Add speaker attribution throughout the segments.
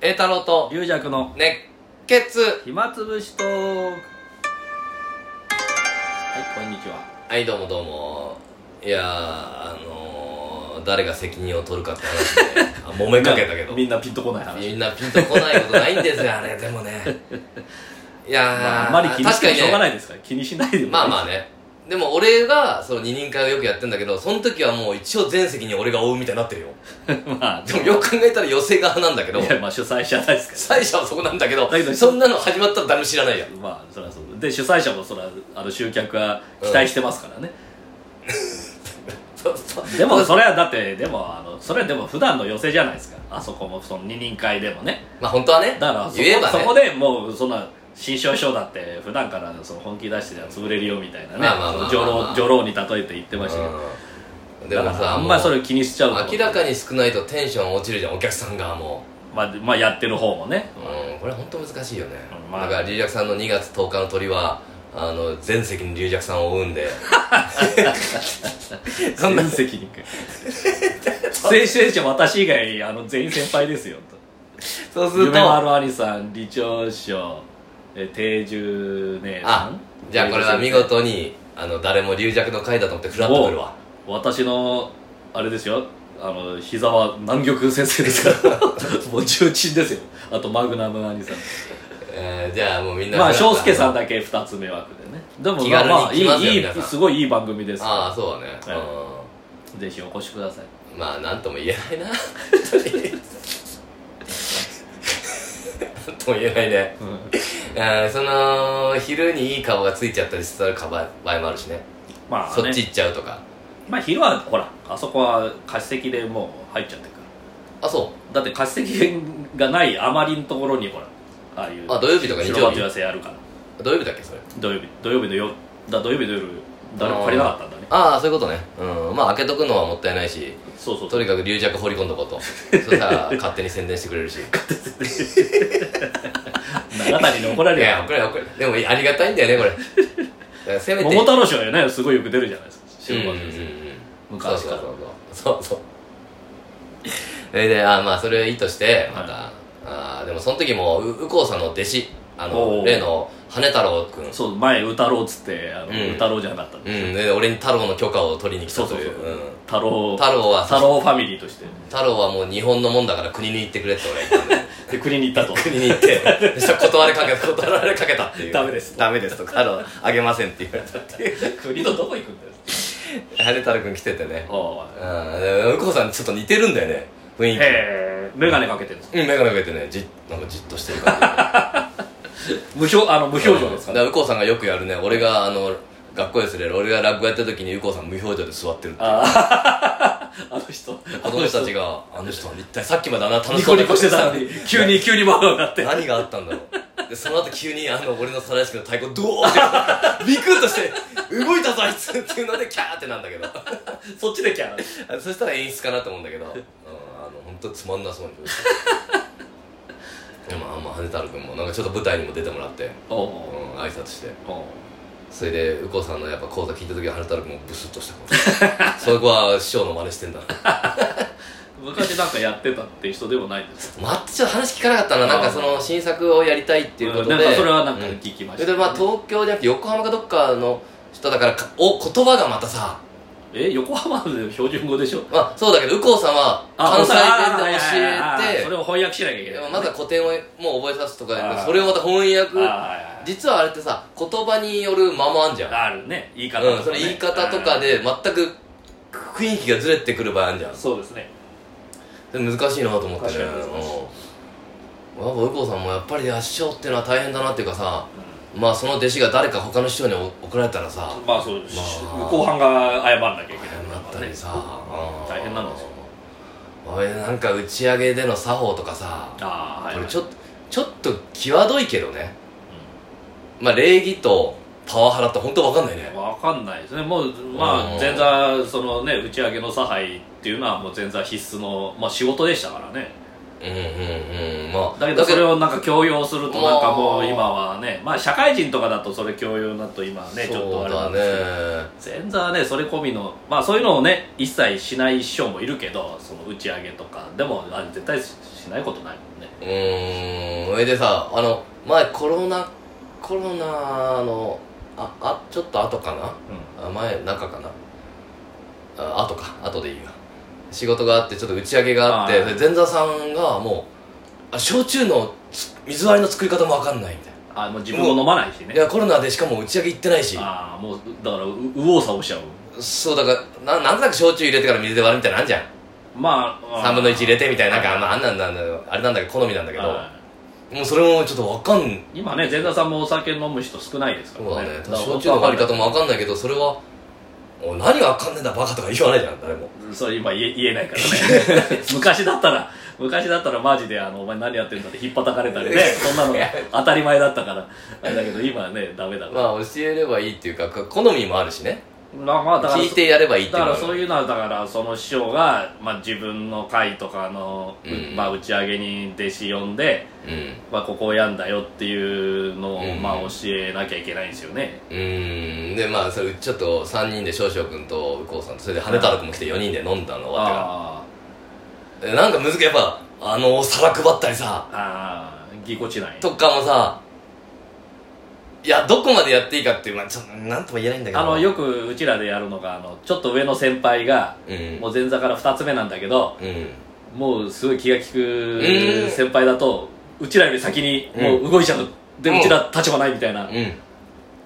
Speaker 1: 栄太郎と
Speaker 2: 龍尺の
Speaker 1: 熱血
Speaker 2: 暇つぶしトークはいこんにちは
Speaker 1: はいどうもどうもいやーあのー、誰が責任を取るかって 話であ揉めかけたけど
Speaker 2: みんなピンとこない話
Speaker 1: みんなピンとこないことないんですよあ れでもねいやー、
Speaker 2: まあ、あんまり気にし
Speaker 1: 確
Speaker 2: て
Speaker 1: か
Speaker 2: も
Speaker 1: に
Speaker 2: しょうが
Speaker 1: ね
Speaker 2: ないですから、気にしないでもいい
Speaker 1: まあまあねでも俺がその二人会をよくやってんだけどその時はもう一応全席に俺が負うみたいになってるよ
Speaker 2: まあ
Speaker 1: でもよく考えたら寄せ側なんだけど
Speaker 2: いやまあ主催者です
Speaker 1: 最初はそこなんだけど
Speaker 2: だけど
Speaker 1: そんなの始まったら誰も知ら ないよ
Speaker 2: からまあそりゃそうで主催者もそりゃあの集客は期待してますからね、
Speaker 1: そうそう
Speaker 2: でもそれはだってでもあのそれはでも普段の寄せじゃないですかあそこもその二人会でもね
Speaker 1: まあ本当はね
Speaker 2: だからそこ
Speaker 1: 言えば
Speaker 2: そ
Speaker 1: ね
Speaker 2: こでもうそんな新商書だって普段からその本気出してじゃ潰れるよみたいなね
Speaker 1: まあまあまあまあ
Speaker 2: その女郎女郎に例えて言ってましたけど、
Speaker 1: うんで
Speaker 2: だ
Speaker 1: も
Speaker 2: から
Speaker 1: さ
Speaker 2: あんまりそ
Speaker 1: もう
Speaker 2: れ気にしちゃうと
Speaker 1: 明らかに少ないとテンション落ちるじゃんお客さんがも
Speaker 2: まあ、まあやってる方もね、
Speaker 1: う、うん、これ本当難しいよね、
Speaker 2: うんまあ
Speaker 1: だから龍尺さんの2月10日の鳥はあの全席に龍尺さんを追 うんで そんな
Speaker 2: 全責任か先生者私以外あの全員先輩ですよと
Speaker 1: そうする
Speaker 2: 夢
Speaker 1: と
Speaker 2: のある兄さん理長賞え定住姉
Speaker 1: あ
Speaker 2: さん
Speaker 1: じゃあこれは見事にあの誰も龍尺の回だと思ってフラッとくるわ
Speaker 2: 私のあれですよあの膝は南極先生ですから もう重鎮ですよあとマグナムの兄さん
Speaker 1: えーじゃあもうみんな
Speaker 2: まあ
Speaker 1: フラッと
Speaker 2: 翔介さんだけ2つ目枠でねでも
Speaker 1: 気
Speaker 2: まあ
Speaker 1: 軽に
Speaker 2: まあ
Speaker 1: 来ま
Speaker 2: い
Speaker 1: すよ
Speaker 2: いいい
Speaker 1: 皆さん
Speaker 2: すごいいい番組です
Speaker 1: ああそうだね、
Speaker 2: えぜひお越しください
Speaker 1: うんまあなんとも言え ないな なんとも言えないねあーその昼にいい顔がついちゃったりするかば場合もあるしね
Speaker 2: まあ、ね、
Speaker 1: そっち行っちゃうとか
Speaker 2: まあ昼はほらあそこは貸し席でもう入っちゃってるから
Speaker 1: あそ
Speaker 2: だって貸し席がないあまりのところにほらああいう
Speaker 1: うあ土曜日とか日
Speaker 2: 白
Speaker 1: 曜
Speaker 2: バト
Speaker 1: 日
Speaker 2: 寄せやるから
Speaker 1: 土曜日だっけそれ
Speaker 2: 土曜日土曜日の夜だ土曜日の夜誰も借りなかったんだね
Speaker 1: ああそういうことねうんまあ開けとくのはもったいないし
Speaker 2: そうそう
Speaker 1: と
Speaker 2: そう
Speaker 1: にかく龍尺放り込んどこう とそしたら勝手に宣伝してくれるしい
Speaker 2: 長谷に怒られる
Speaker 1: や
Speaker 2: よ
Speaker 1: これこれでもありがたいんだよねこれ だからせめて
Speaker 2: 桃太郎賞はねすごいよく出るじゃないですか
Speaker 1: うんうん
Speaker 2: 白
Speaker 1: う
Speaker 2: バ
Speaker 1: ん
Speaker 2: ト
Speaker 1: うん
Speaker 2: 寄せ
Speaker 1: そう
Speaker 2: 昔
Speaker 1: そう
Speaker 2: から
Speaker 1: そうそうそうそれであーまあそれはいいとしてまた、
Speaker 2: は
Speaker 1: あーでもその時もう右近さんの弟子あ
Speaker 2: お
Speaker 1: の
Speaker 2: ー
Speaker 1: 例の羽太郎くん
Speaker 2: そう前歌ろうっつってあの、
Speaker 1: うん
Speaker 2: 歌ろうじゃなかったん
Speaker 1: う
Speaker 2: で、
Speaker 1: ん、で俺に太郎の許可を取りに来
Speaker 2: そ
Speaker 1: た
Speaker 2: うそ
Speaker 1: と
Speaker 2: う
Speaker 1: い
Speaker 2: そう
Speaker 1: ううん
Speaker 2: 太郎
Speaker 1: 太郎は
Speaker 2: 太郎ファミリーとして
Speaker 1: 太郎はもう日本のもんだから国に行ってくれって俺は言ったん だよ
Speaker 2: で国に 行ったと
Speaker 1: 国に行 ってそしたら断れかけた断られかけたっていう
Speaker 2: ダメです
Speaker 1: ダメですと太郎あげませんって言われたっていう
Speaker 2: 国のどこ行くんだよ
Speaker 1: 羽太郎君来ててね
Speaker 2: おい
Speaker 1: うんで右近さんちょっと似てるんだよね雰囲気
Speaker 2: へえ眼鏡かけてるんです
Speaker 1: うん眼鏡かけてねじなんかじっとしてる感
Speaker 2: 無表あの無
Speaker 1: じ
Speaker 2: 表情ですか
Speaker 1: うんだ
Speaker 2: ら、
Speaker 1: から右近さんがよくやるね俺があの学校ですね俺が落語やった時に右近さん無表情で座ってるっていう
Speaker 2: あの人
Speaker 1: 子供たちが「あの人は一体さっきまであんな楽
Speaker 2: ニ
Speaker 1: しそ
Speaker 2: コ
Speaker 1: うな
Speaker 2: ニコしてたのに急に急にマグになって
Speaker 1: 何があったんだろうでその後急にあの俺の皿屋敷の太鼓ドーンってビクッとして動いたぞあいつっていうのでキャーってなんだけど
Speaker 2: そっちでキャー
Speaker 1: あそしたら演出かなと思うんだけど、うん、あの本当つまんなそうにでもあんま羽太郎君もなんかちょっと舞台にも出てもらって、
Speaker 2: お
Speaker 1: うん
Speaker 2: お、
Speaker 1: 挨拶して
Speaker 2: お
Speaker 1: それで右近さんのやっぱ講座聞いた時は羽太郎君もブスッとした顔そこは師匠の真似してんだな
Speaker 2: お昔なんかやってたって人でもないんです
Speaker 1: 待ってちょっと話聞かなかったななんかその新作をやりたいっていうことで、
Speaker 2: んなんかそれはなんか
Speaker 1: うん
Speaker 2: 聞きまし
Speaker 1: それ
Speaker 2: た、
Speaker 1: でまあ東京じゃなくて横浜かどっかの人だからかお言葉がまたさ、
Speaker 2: え横浜で標準語でしょ
Speaker 1: まあ、そうだけど右近さんは関西
Speaker 2: あああ
Speaker 1: 弁で
Speaker 2: そ
Speaker 1: 教
Speaker 2: れ
Speaker 1: え
Speaker 2: を翻訳しなきゃいけ
Speaker 1: て
Speaker 2: な
Speaker 1: でも
Speaker 2: い
Speaker 1: まずは古典をもう覚えさすとか
Speaker 2: あ
Speaker 1: で
Speaker 2: ー
Speaker 1: それをまた翻訳
Speaker 2: あ
Speaker 1: 実はあれってさ言葉による間もあんじゃん、
Speaker 2: ああるね言い方とかね、
Speaker 1: うん、その言い方とかで全く雰囲気がずれてくる場合あんじゃん
Speaker 2: ああそうですね
Speaker 1: で難しいなと思ってね
Speaker 2: 確かに難しい
Speaker 1: うんやっぱ右近さんもやっぱり圧勝っていうのは大変だなっていうかさまあその弟子が誰か他の師匠に送られたらさ
Speaker 2: まあそうです、
Speaker 1: まあ
Speaker 2: 後半が謝らなきゃいけな
Speaker 1: な
Speaker 2: い
Speaker 1: ったりさ、
Speaker 2: 大変なんですよ
Speaker 1: おいなんか打ち上げでの作法とかさ
Speaker 2: ああはい
Speaker 1: こ
Speaker 2: はい
Speaker 1: れちょっとちょっと際どいけどね、まあ礼儀とパワハラって本当わかんないね
Speaker 2: わかんないですねもうま
Speaker 1: う
Speaker 2: あ
Speaker 1: ん
Speaker 2: 前座そのね打ち上げの差配っていうのはもう前座必須の、まあ、仕事でしたからね
Speaker 1: うんうんうんまあ
Speaker 2: だけどそれをなんか強要するとなんか
Speaker 1: あ
Speaker 2: もう
Speaker 1: ー
Speaker 2: 今はねまあ社会人とかだとそれ強要だと今はねちょっ
Speaker 1: そ
Speaker 2: とあ
Speaker 1: う
Speaker 2: れな
Speaker 1: だ
Speaker 2: ん
Speaker 1: ね
Speaker 2: ですけど前座はねそれ込みのまあそういうのをね一切しない師匠もいるけどその打ち上げとかでもあれ絶対ししないことないもんね
Speaker 1: うーんそれでさあの前コロナコロナのああちょっと後かな
Speaker 2: う
Speaker 1: あ前中かなあ後か後でいいわ仕事があってちょっと打ち上げがあって
Speaker 2: あー
Speaker 1: で前座さんがもうあ焼酎のつ水割りの作り方もわかんないみたい
Speaker 2: んあもう自分も飲まないし
Speaker 1: な
Speaker 2: ね
Speaker 1: いやコロナでしかも打ち上げ行ってないし
Speaker 2: ああもうだからう右往左往しちゃう
Speaker 1: そうだからななんとなく焼酎入れてから水で割るみたいなのあんじゃん
Speaker 2: まあ
Speaker 1: 3分の1入れ
Speaker 2: て
Speaker 1: てみたいななんかあんなあんなんなんだよあれなんだけど好みなんだけど
Speaker 2: は
Speaker 1: もうそれもちょっとわかん
Speaker 2: い今ね前座さんもお酒飲む人少ないですか
Speaker 1: そうだ
Speaker 2: らね
Speaker 1: ね焼酎の割り方もわかんないけどそれは「おい何がわかんねえんだバカ」とか言わないじゃん誰も
Speaker 2: それ今言え言えないから ね昔だったら昔だったらマジであの「お前何やってんだ」って引っ叩かれたりねそんなのが当たり前だったからあれだけど今はねダメだから、
Speaker 1: まあ教えればいいっていうかか好みもあるしね
Speaker 2: まあ、まあだから
Speaker 1: 聞いてやればいいって
Speaker 2: だ
Speaker 1: いう
Speaker 2: か
Speaker 1: の
Speaker 2: ら
Speaker 1: は
Speaker 2: そういうのはだからその師匠が、まあ、自分の会とかの、
Speaker 1: うん
Speaker 2: まあ、打ち上げに弟子呼んで、
Speaker 1: うん
Speaker 2: まあ、ここをやんだよっていうのを、
Speaker 1: うん
Speaker 2: まあ、教えなきゃいけないんですよね
Speaker 1: うーんでまあそれちょっと3人で少々君と右近さんとそれで羽田君も来て4人で飲んだの終わってか
Speaker 2: あ
Speaker 1: らでなんか難しいやっぱあのお皿配ったりさ
Speaker 2: ーあーぎこちない
Speaker 1: とかもさいやどこまでやっていいかっていうまあちょっとなんとも言えないんだけど
Speaker 2: あのよくうちらでやるのがあのちょっと上の先輩が
Speaker 1: うん
Speaker 2: もう前座から2つ目なんだけど
Speaker 1: うん
Speaker 2: もうすごい気が利
Speaker 1: うん
Speaker 2: く先輩だとうちらより先にもう動いちゃう、で
Speaker 1: うん
Speaker 2: うちら立場ないみたい
Speaker 1: う
Speaker 2: な、
Speaker 1: ん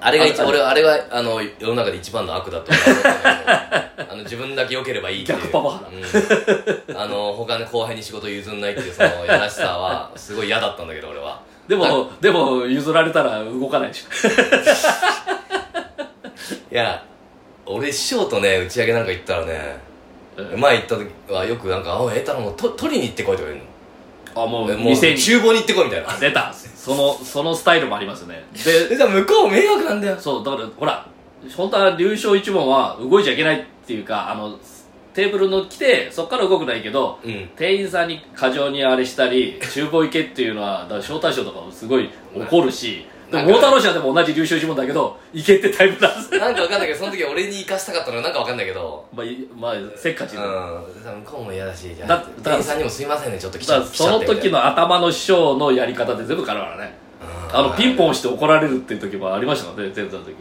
Speaker 1: あれが一
Speaker 2: あ
Speaker 1: 俺はあれがあの世の中で一番の悪だと思う あの自分だけ良ければいいっていう
Speaker 2: 逆パワ
Speaker 1: うんあの他の後輩に仕事譲んないっていうそのやらしさはすごい嫌だったんだけど俺は
Speaker 2: でもでも譲られたら動かないでしょ
Speaker 1: いや俺師匠とね打ち上げなんか行ったらね前行った時はよくなんか「あえたらもうと取りに行ってこい」とか言う
Speaker 2: あもう
Speaker 1: のもう
Speaker 2: 店に
Speaker 1: 厨房に行ってこいみたいな
Speaker 2: あ出たそのそのスタイルもありますね
Speaker 1: え
Speaker 2: で
Speaker 1: じゃあ向こう迷惑なんだよ
Speaker 2: そうだからほら本当は流暢一門は動いちゃいけないっていうかあのテーブルの来てそっから動くないけど
Speaker 1: うん
Speaker 2: 店員さんに過剰にあれしたり厨房行けっていうのはだから招待状とかもすごい怒るしで
Speaker 1: なん
Speaker 2: も
Speaker 1: か
Speaker 2: 太郎氏はでも同じ流暢一門だけど行けってタイプなんです
Speaker 1: なんかわかんないけどその時俺に行かしたかったのなんかわかんないけど
Speaker 2: まあ、いまあ、せっかち
Speaker 1: う
Speaker 2: だか
Speaker 1: ん、向こうも嫌だし、じゃ
Speaker 2: だ
Speaker 1: あ
Speaker 2: だ
Speaker 1: 店
Speaker 2: か、ら
Speaker 1: 員さんにもすいませんね、ちょっと来ちゃ
Speaker 2: ら
Speaker 1: 来ち
Speaker 2: そ
Speaker 1: ゃ
Speaker 2: の
Speaker 1: ってみた
Speaker 2: 時
Speaker 1: いな。
Speaker 2: の頭の師匠のやり方で全部変わるからねあのピンポン押して怒られるっていう時もありましたからね前座の時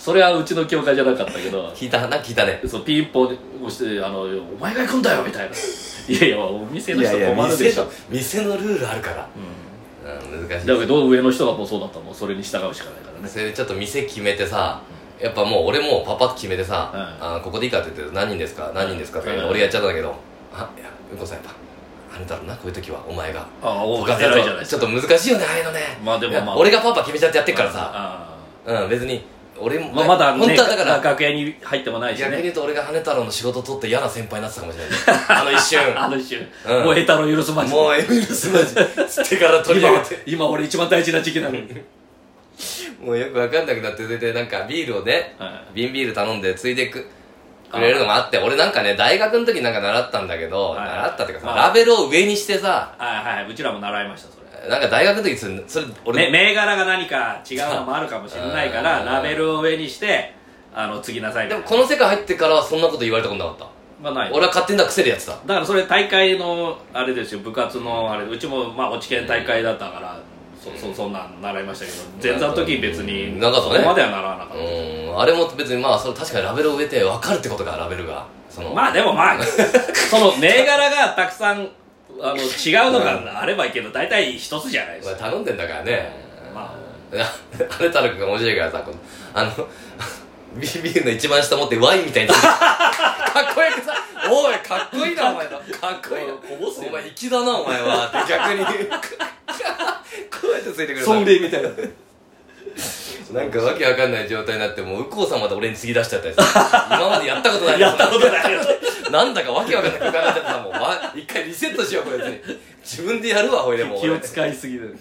Speaker 2: それはうちの教会じゃなかったけど
Speaker 1: 聞いた、なんか聞いたね。
Speaker 2: そうピンポン押してあの「お前が行くんだよ」みたいな「いやいやお店の人困るでしょ」
Speaker 1: 店のルールあるから。
Speaker 2: う
Speaker 1: うん、難し
Speaker 2: ん
Speaker 1: い。
Speaker 2: だけど上の人がもうそうだったらもうそれに従うしかないからね
Speaker 1: それでちょっと店決めてさ、やっぱもう俺もパパッと決めてさ、
Speaker 2: うん
Speaker 1: あここでいいかって言って、何人ですか何人ですかとか言うの
Speaker 2: うん
Speaker 1: 俺やっちゃったんだけど、あ、いや、うんこさんやっぱ、あれだろうな、こういう時は、お前が。
Speaker 2: ああお
Speaker 1: 他
Speaker 2: 偉いじゃないで
Speaker 1: ち
Speaker 2: す
Speaker 1: ょっ
Speaker 2: か
Speaker 1: と難しいよね、ああいうのね。
Speaker 2: まあでも
Speaker 1: いや
Speaker 2: まあ
Speaker 1: 俺がパパ決めちゃってやってっからさ、
Speaker 2: あ
Speaker 1: うん、別に、俺も、
Speaker 2: あまあまだね
Speaker 1: 本当はだから、
Speaker 2: 楽屋に入ってもないし
Speaker 1: 逆に
Speaker 2: ね
Speaker 1: 言うと俺が羽根太郎の仕事取って嫌な先輩になってたかもし れないあの一瞬
Speaker 2: あの一瞬
Speaker 1: うん
Speaker 2: もう栄太郎許すまじ
Speaker 1: もうエミルスマジ捨てから取り
Speaker 2: 今
Speaker 1: 上げて
Speaker 2: 今俺一番大事な時期なのに
Speaker 1: もうよく分かんなくなってそれでなんかビールをね
Speaker 2: は
Speaker 1: 瓶ビール頼んでついでくくれるのもあって俺なんかね大学の時なんか習ったんだけど
Speaker 2: はい
Speaker 1: 習ったっていうかさ
Speaker 2: まあ
Speaker 1: ラベルを上にしてさ
Speaker 2: いはいはいうちらも習いましたそれ
Speaker 1: なんか大学の時それそれ
Speaker 2: め
Speaker 1: 俺
Speaker 2: 銘柄が何か違うのもあるかもしれないか
Speaker 1: う
Speaker 2: ら
Speaker 1: ん
Speaker 2: ラベルを上にしてあの次なさいみ
Speaker 1: で
Speaker 2: たい
Speaker 1: も
Speaker 2: な
Speaker 1: この世界入ってからはそんなこと言われたことなかった
Speaker 2: まあない
Speaker 1: 俺は勝手な癖でやってた
Speaker 2: だからそれ大会のあれですよ部活のあれうちもまあ落ち研大会だったから、そそそんなん習いましたけど前座の時別に
Speaker 1: なんかそうね
Speaker 2: そこまでは習わなか
Speaker 1: う
Speaker 2: っ
Speaker 1: ーんあれも別にまあそれ確かにラベルを植えて分かるってことかラベルがそ
Speaker 2: た、
Speaker 1: の
Speaker 2: まあで もまあその銘柄がたくさんあの違うのがあればいいけど大体一つじゃないで
Speaker 1: まあ
Speaker 2: すか、
Speaker 1: 頼んでんだからね
Speaker 2: ま
Speaker 1: あれたらくが面白いからさこのあのビビールの一番下持ってワインみたいにかっこよくさ「おいかっこいいなお前なかっこいいな
Speaker 2: こぼすよ
Speaker 1: お前粋だなお前は」って逆にこうやってついてくる
Speaker 2: あ
Speaker 1: さ
Speaker 2: 礼みたいな
Speaker 1: なんかわけわかんない状態になってもう右近さんまで俺に継ぎ出しちゃったりさ今までやったことない
Speaker 2: やったことないよ
Speaker 1: なんだかわけわかんない空間になっちゃってさもう、わ一回リセットしようこれ別に自分でやるわほいでもう
Speaker 2: 気を
Speaker 1: 俺
Speaker 2: 使いすぎる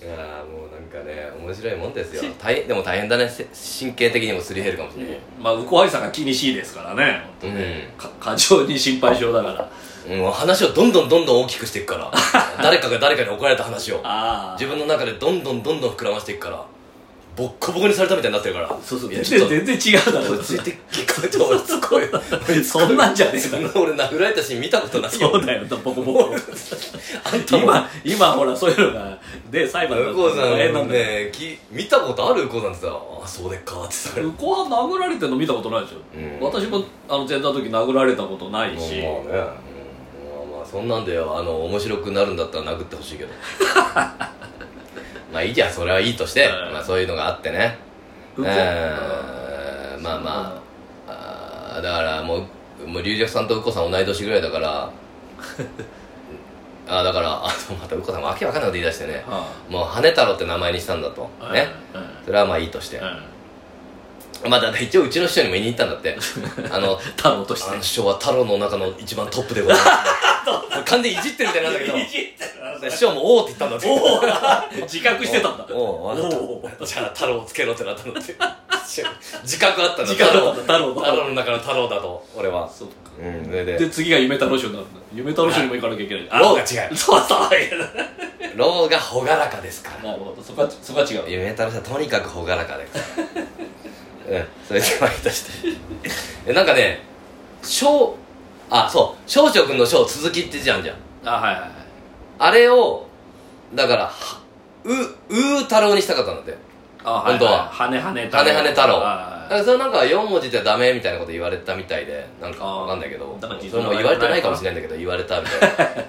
Speaker 1: いやーもうなんかね面白いもんです よ大変でも大変だねせ神経的にもすり減るかもしれない、
Speaker 2: まあ右小さんが気にしいですからね本当ねか過剰に心配性だから
Speaker 1: うん、話をどんどんどんどん大きくしていくから 誰かが誰かに怒られた話を
Speaker 2: ああ
Speaker 1: 自分の中でどんどんどんどん膨らましていくからボッコボコにされたみたいになってるから
Speaker 2: そうそう
Speaker 1: いや
Speaker 2: 全
Speaker 1: ちょっ
Speaker 2: 然
Speaker 1: と
Speaker 2: 全然違うだろ
Speaker 1: 落ち着いて聞こえて俺すごい俺
Speaker 2: そんなんじゃねえ
Speaker 1: そ
Speaker 2: だ
Speaker 1: ん
Speaker 2: ろ
Speaker 1: な俺殴られたシーン見たことないよ
Speaker 2: そうだよボコボコ
Speaker 1: あんたも
Speaker 2: 今今ほらそういうのがで裁判
Speaker 1: 右近さ
Speaker 2: 大変なんんだよ
Speaker 1: ねき見たことある右近さんってさ「あそうでっか」ってされる
Speaker 2: 向こうは殴られてるの見たことないでしょ、
Speaker 1: うん
Speaker 2: 私もあの前座の時殴られたことないし、
Speaker 1: まあね、うんまあまあそんなんであの面白くなるんだったら殴ってほしいけど まあいいじゃんそれはいいとして、
Speaker 2: うん
Speaker 1: まあ、そういうのがあってねうん
Speaker 2: 向こう
Speaker 1: まあまああーだからもうもう龍尺さんと右近さん同い年ぐらいだから あーだからあとまた右近さんもわけわかんないこと言い出してね
Speaker 2: は
Speaker 1: もう羽太郎って名前にしたんだと
Speaker 2: あ
Speaker 1: ね
Speaker 2: うんうん
Speaker 1: それはまあいいとして
Speaker 2: うん
Speaker 1: まあだって一応うちの師匠にも言いに行ったんだ ってあの
Speaker 2: 太郎とし
Speaker 1: あの
Speaker 2: て
Speaker 1: 師匠は太郎の中の一番トップでございます完全にいじってるみたいなんだけど師匠も「おお」って言ったんだって
Speaker 2: おお自覚してたんだ
Speaker 1: おおわかった
Speaker 2: おう
Speaker 1: じゃあ太郎をつけろってなったんだって師匠自覚あったんだ
Speaker 2: 自覚あった太郎
Speaker 1: 太郎の中の太郎だと俺は
Speaker 2: そうか
Speaker 1: うんそれで
Speaker 2: で次が夢太郎賞になるんだ夢太郎賞にも行かなきゃいけないあ
Speaker 1: ローが違う
Speaker 2: そうそういや
Speaker 1: ローが朗らかですから
Speaker 2: なるほどそこはそこは違う
Speaker 1: 夢太郎さんとにかく朗らかでうんそれでまいとしてえなんかね翔あそう翔翔くんの翔続きってじゃんじゃん
Speaker 2: あはいはいはい
Speaker 1: あれをだからはううー太郎にしたかったんだって
Speaker 2: あ
Speaker 1: 本当は
Speaker 2: 羽羽太郎
Speaker 1: 羽ね太郎だか
Speaker 2: あ
Speaker 1: らそれなんか4文字じゃダメみたいなこと言われたみたいでなんか
Speaker 2: あー
Speaker 1: わかんないけど
Speaker 2: だから
Speaker 1: そ
Speaker 2: 実
Speaker 1: れも
Speaker 2: は
Speaker 1: 言われてないかもしれないんだけど言われたみた いな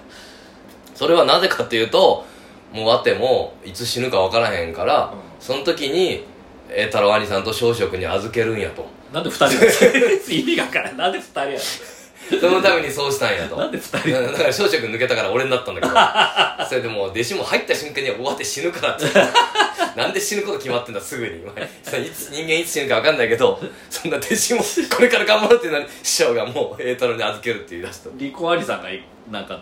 Speaker 1: それはなぜかっていうともうあってもいつ死ぬかわからへんから、
Speaker 2: うん
Speaker 1: その時にえー太郎兄さんと小食に預けるんやと
Speaker 2: なんで二人が意味がわからん なんで二人や
Speaker 1: そのためにそうしたんやと
Speaker 2: なんで二人
Speaker 1: だから小食抜けたから俺になったんだ けどそれでもう弟子も入った瞬間に終わって死ぬからってなんで死ぬこと決まってんだすぐにお前それいつ人間いつ死ぬか分かんないけどそんな弟子もこれから頑張るってなに師匠がもう栄太郎に預けるって言い出した
Speaker 2: リコアリさんがいなんか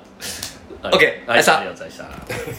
Speaker 1: OK
Speaker 2: はい
Speaker 1: ありがとうございました
Speaker 2: ありがとうございました